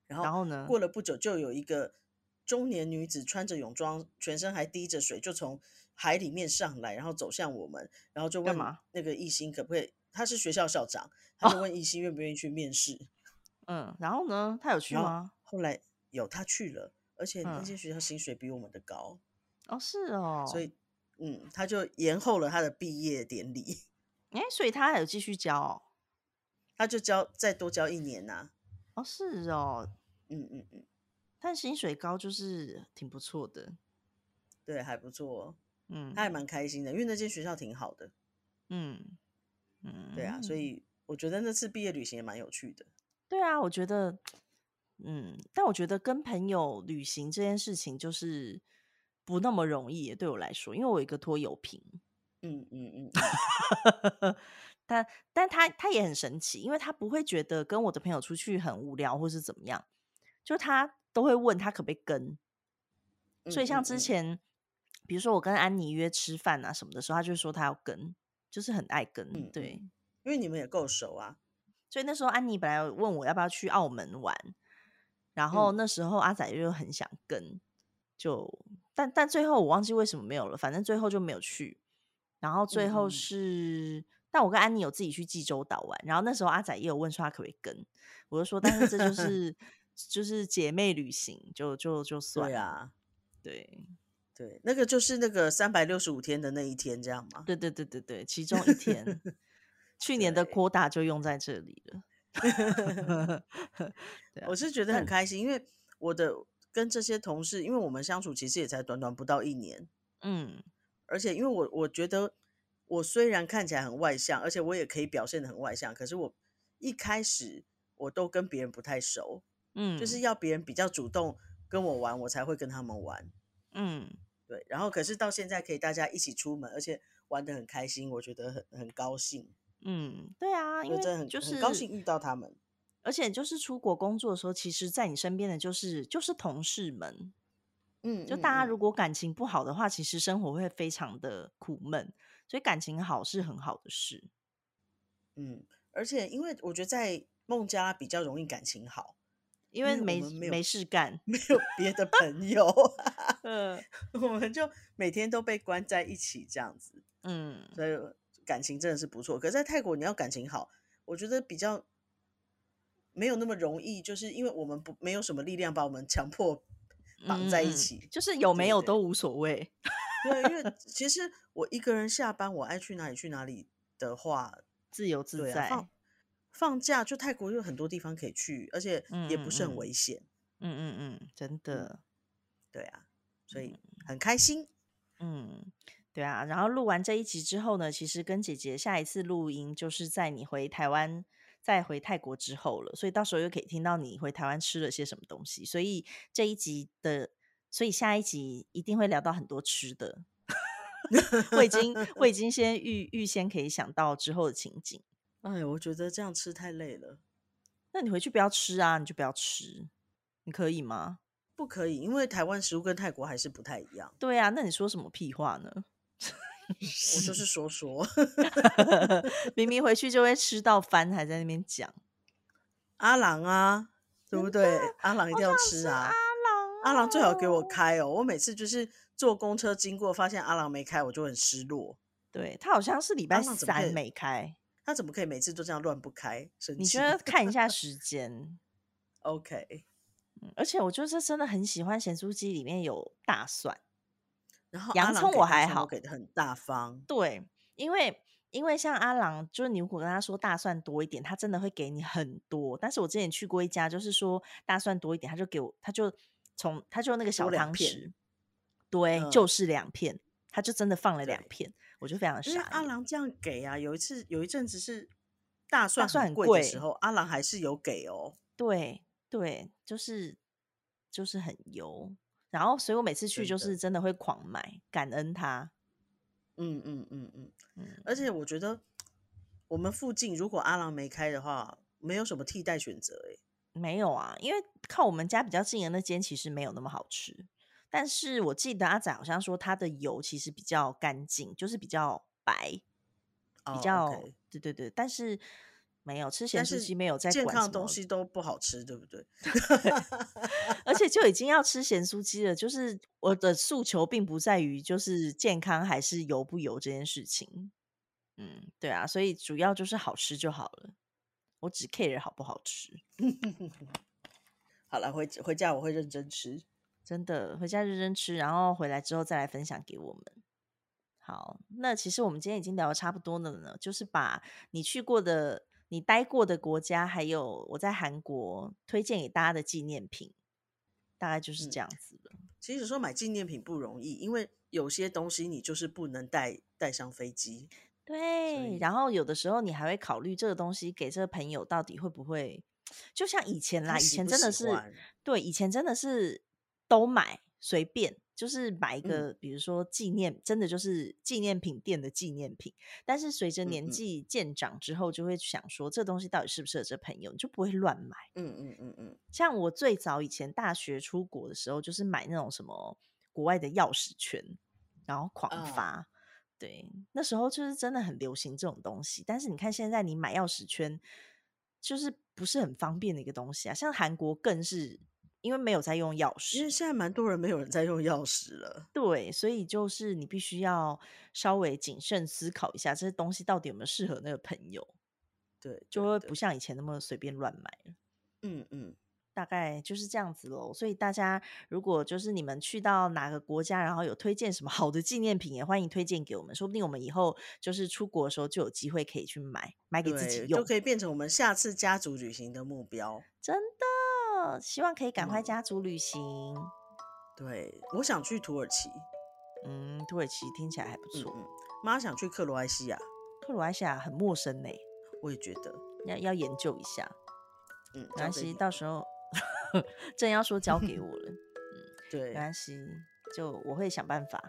然
然
后
后呢？
过了不久，就有一个中年女子穿着泳装，全身还滴着水，就从海里面上来，然后走向我们，然后就
干
问
嘛哦
那个艺兴可不可以，他是学校校长，他就问艺兴愿不愿意去面试。
嗯，然后呢？他有去
然后
吗？
后来有他去了，而且那
嗯
间学校薪水比我们的高，
哦，是哦，
所以嗯，他就延后了他的毕业典礼，
哎，所以他还有继续教哦，
他就教再多教一年呐、
哦，是哦，
嗯嗯嗯，
但薪水高就是挺不错的，
对，还不错、哦，
嗯，
他还蛮开心的，因为那间学校挺好的，
嗯嗯，
对啊，所以我觉得那次毕业旅行也蛮有趣的。
对啊，我觉得，嗯，但我觉得跟朋友旅行这件事情就是不那么容易，对我来说，因为我有一个拖油瓶，
嗯嗯嗯，嗯
但但他他也很神奇，因为他不会觉得跟我的朋友出去很无聊或是怎么样，就他都会问他可不可以跟，
嗯
所以像
嗯
之
嗯
前，比如说我跟安妮约吃饭啊什么的时候，他就说他要跟，就是很爱跟，
嗯
对。
因为你们也够熟啊，
所以那时候安妮本来有问我要不要去澳门玩，然后
嗯
那时候阿仔就很想跟，就但但最后我忘记为什么没有了，反正最后就没有去。然后最
嗯
后
嗯
是，但我跟安妮有自己去济州岛玩，然后那时候阿仔也有问说他可不可以跟，我就说，但是 这就是就是姐妹旅行，就就就算
对
了，
啊，
对
对，那个就是那个三百六十五天的那一天，这样吗？
对对对对对，其中一 天，去年的
对
quota 就用在这里 了。对啊
我是觉得
那
很开心，因为我的跟这些同事，因为我们相处其实也才短短不到一年，
嗯，
而且因为我我觉得我虽然看起来很外向，而且我也可以表现的很外向，可是我一开始我都跟别人不太熟，
嗯，
就是要别人比较主动跟我玩，我才会跟他们玩。
嗯，
对，然后可是到现在可以大家一起出门，而且玩的很开心，我觉得很很高兴，
嗯，对啊，因
我真的
为
很、
就是
很高兴遇到他们。
而且就是出国工作的时候，其实在你身边的就是就是同事们，
嗯，
就
嗯
大家
嗯
如果感情不好的话，其实生活会非常的苦闷，所以感情好是很好的事。
嗯，而且因为我觉得在孟加拉比较容易感情好，
因
因
为
为我
没
们没有
没事 干，
没有别的朋友，
嗯
我们就每天都被关在一起这样子，
嗯，
所以感情真的是不错。可是在泰国，你要感情好，我觉得比较没有那么容易，就是因为我们不没有什么力量把我们强迫绑
嗯
在
嗯
一
嗯
起。
就是有没
对
有
对
都无所谓。
对，因为其实我一个人下班，我爱去哪里去哪里的话，
自由自
对啊，
在，
放放假就泰国有很多地方可以去，而且也不是
嗯嗯
很
嗯
危险。
嗯嗯嗯，真的，
对啊，所以很开心。
嗯，对啊。然后录完这一集之后呢，其实跟姐姐下一次录音就是在你回台湾。再回泰国之后了，所以到时候又可以听到你回台湾吃了些什么东西。所以这一集的，所以下一集一定会聊到很多吃的。 我已经我已经先预预先可以想到之后的情景。
哎，我觉得这样吃太累了，
那你回去不要吃啊，你就不要吃，你可以吗？
不可以，因为台湾食物跟泰国还是不太一样。
对啊，那你说什么屁话呢？
我就是说说
明明回去就会吃到翻，还在那边讲，
阿郎啊，对
嗯
不对？阿郎一定要吃
阿
啊！
郎，
阿郎最好给我。开哦！我每次就是坐公车经过，发现阿郎没开，我就很失落。
对他好像是礼拜
阿郎怎么可
三
以
没开，
他怎么可以每次都这样乱不开？生气。
你觉得看一下时间？
OK？
嗯而且我就是真的很喜欢咸酥鸡里面有大蒜，
然后
洋
阿郎
葱
给
我
大
还
蒜
好
给的很大方。
对，因为因为像阿郎，就是你如果跟他说大蒜多一点，他真的会给你很多。但是我之前去过一家，就是说大蒜多一点，他就给我，他就从他就那个小
两
汤
片
匙，对，
嗯
就是两片，他就真的放了两
对
片，我就非常的傻
因
眼。
为阿郎这样给啊，有一次有一阵子是大蒜
蒜
很
很
贵
贵
的时候，阿郎还是有给哦。
对对，就是就是很油。然后，所以我每次去
真
就
的
是真的会狂买，感恩他。
嗯嗯嗯嗯，
嗯，
而且我觉得我们附近如果阿郎没开的话，没有什么替代选择欸诶、
没有啊，因为靠我们家比较近的那间其实没有那么好吃，但是我记得阿仔好像说它的油其实比较干净，就是比较白，
哦
比较、
OK
对对对，但是没有吃咸
但
酥
是
鸡没有在
健
管
康
什
的东
么
西都不好吃，对不对？
而且就已经要吃咸酥鸡了，就是我的诉求并不在于就是健康还是油不油这件事情。嗯，对啊，所以主要就是好吃就好了，我只 care 好不好吃。
好了，回回家我会认真吃。
真的，回家认真吃，然后回来之后再来分享给我们。好，那其实我们今天已经聊的差不多了呢，就是把你去过的、你待过的国家，还有我在韩国推荐给大家的纪念品，大概就是这样子了。
其实说买纪念品不容易，因为有些东西你就是不能带带上飞机。
对，
以
然后有的时候你还会考虑这个东西给这个朋友到底会不会，就像以前
他
啦，以
喜
前
不
真的
喜
是
欢
对，以前真的是都买随便，就是买一
嗯
个，比如说纪念，真的就是纪念品店的纪念品。但是随着
嗯
年
嗯
纪渐长之后，就会想说这东西到底适不适合这朋友，你就不会乱买。
嗯嗯嗯嗯，
像我最早以前大学出国的时候，就是买那种什么国外的钥匙圈，然后狂
啊
发。对，那时候就是真的很流行这种东西。但是你看现在，你买钥匙圈就是不是很方便的一个东西啊。像韩国更是因为没有在用钥匙，
因为现在蛮多人没有人在用钥匙了。
对，所以就是你必须要稍微谨慎思考一下，这些东西到底有没有适合那个朋友，
对，
就
对
会
对
不像以前那么随便乱买了。
嗯嗯，
大概就是这样子喽。所以大家如果就是你们去到哪个国家，然后有推荐什么好的纪念品，也欢迎推荐给我们，说不定我们以后就是出国的时候就有机会可以去买，买给自己
对，
用
就。可以变成我们下次家族旅行的目标。
真的，希望可以赶快
嗯
家族旅行。
对，我想去土耳其，
嗯，土耳其听起来还不
嗯
错，
嗯，妈想去克罗埃西亚，
克罗埃西亚很陌生呢、
我也觉得，
要要研究一下。
嗯，
没关
交给
系，
你
到时候 正要说交给我了，没
对
关系，就我会想办法。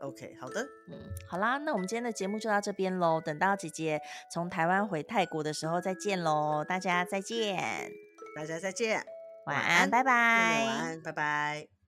，OK，好的，
嗯，好啦，那我们今天的节目就到这边喽。等到姐姐从台湾回泰国的时候再见喽，大家再见，
大家再见，晚
晚安，
安
拜
各位
拜，
晚安，拜拜。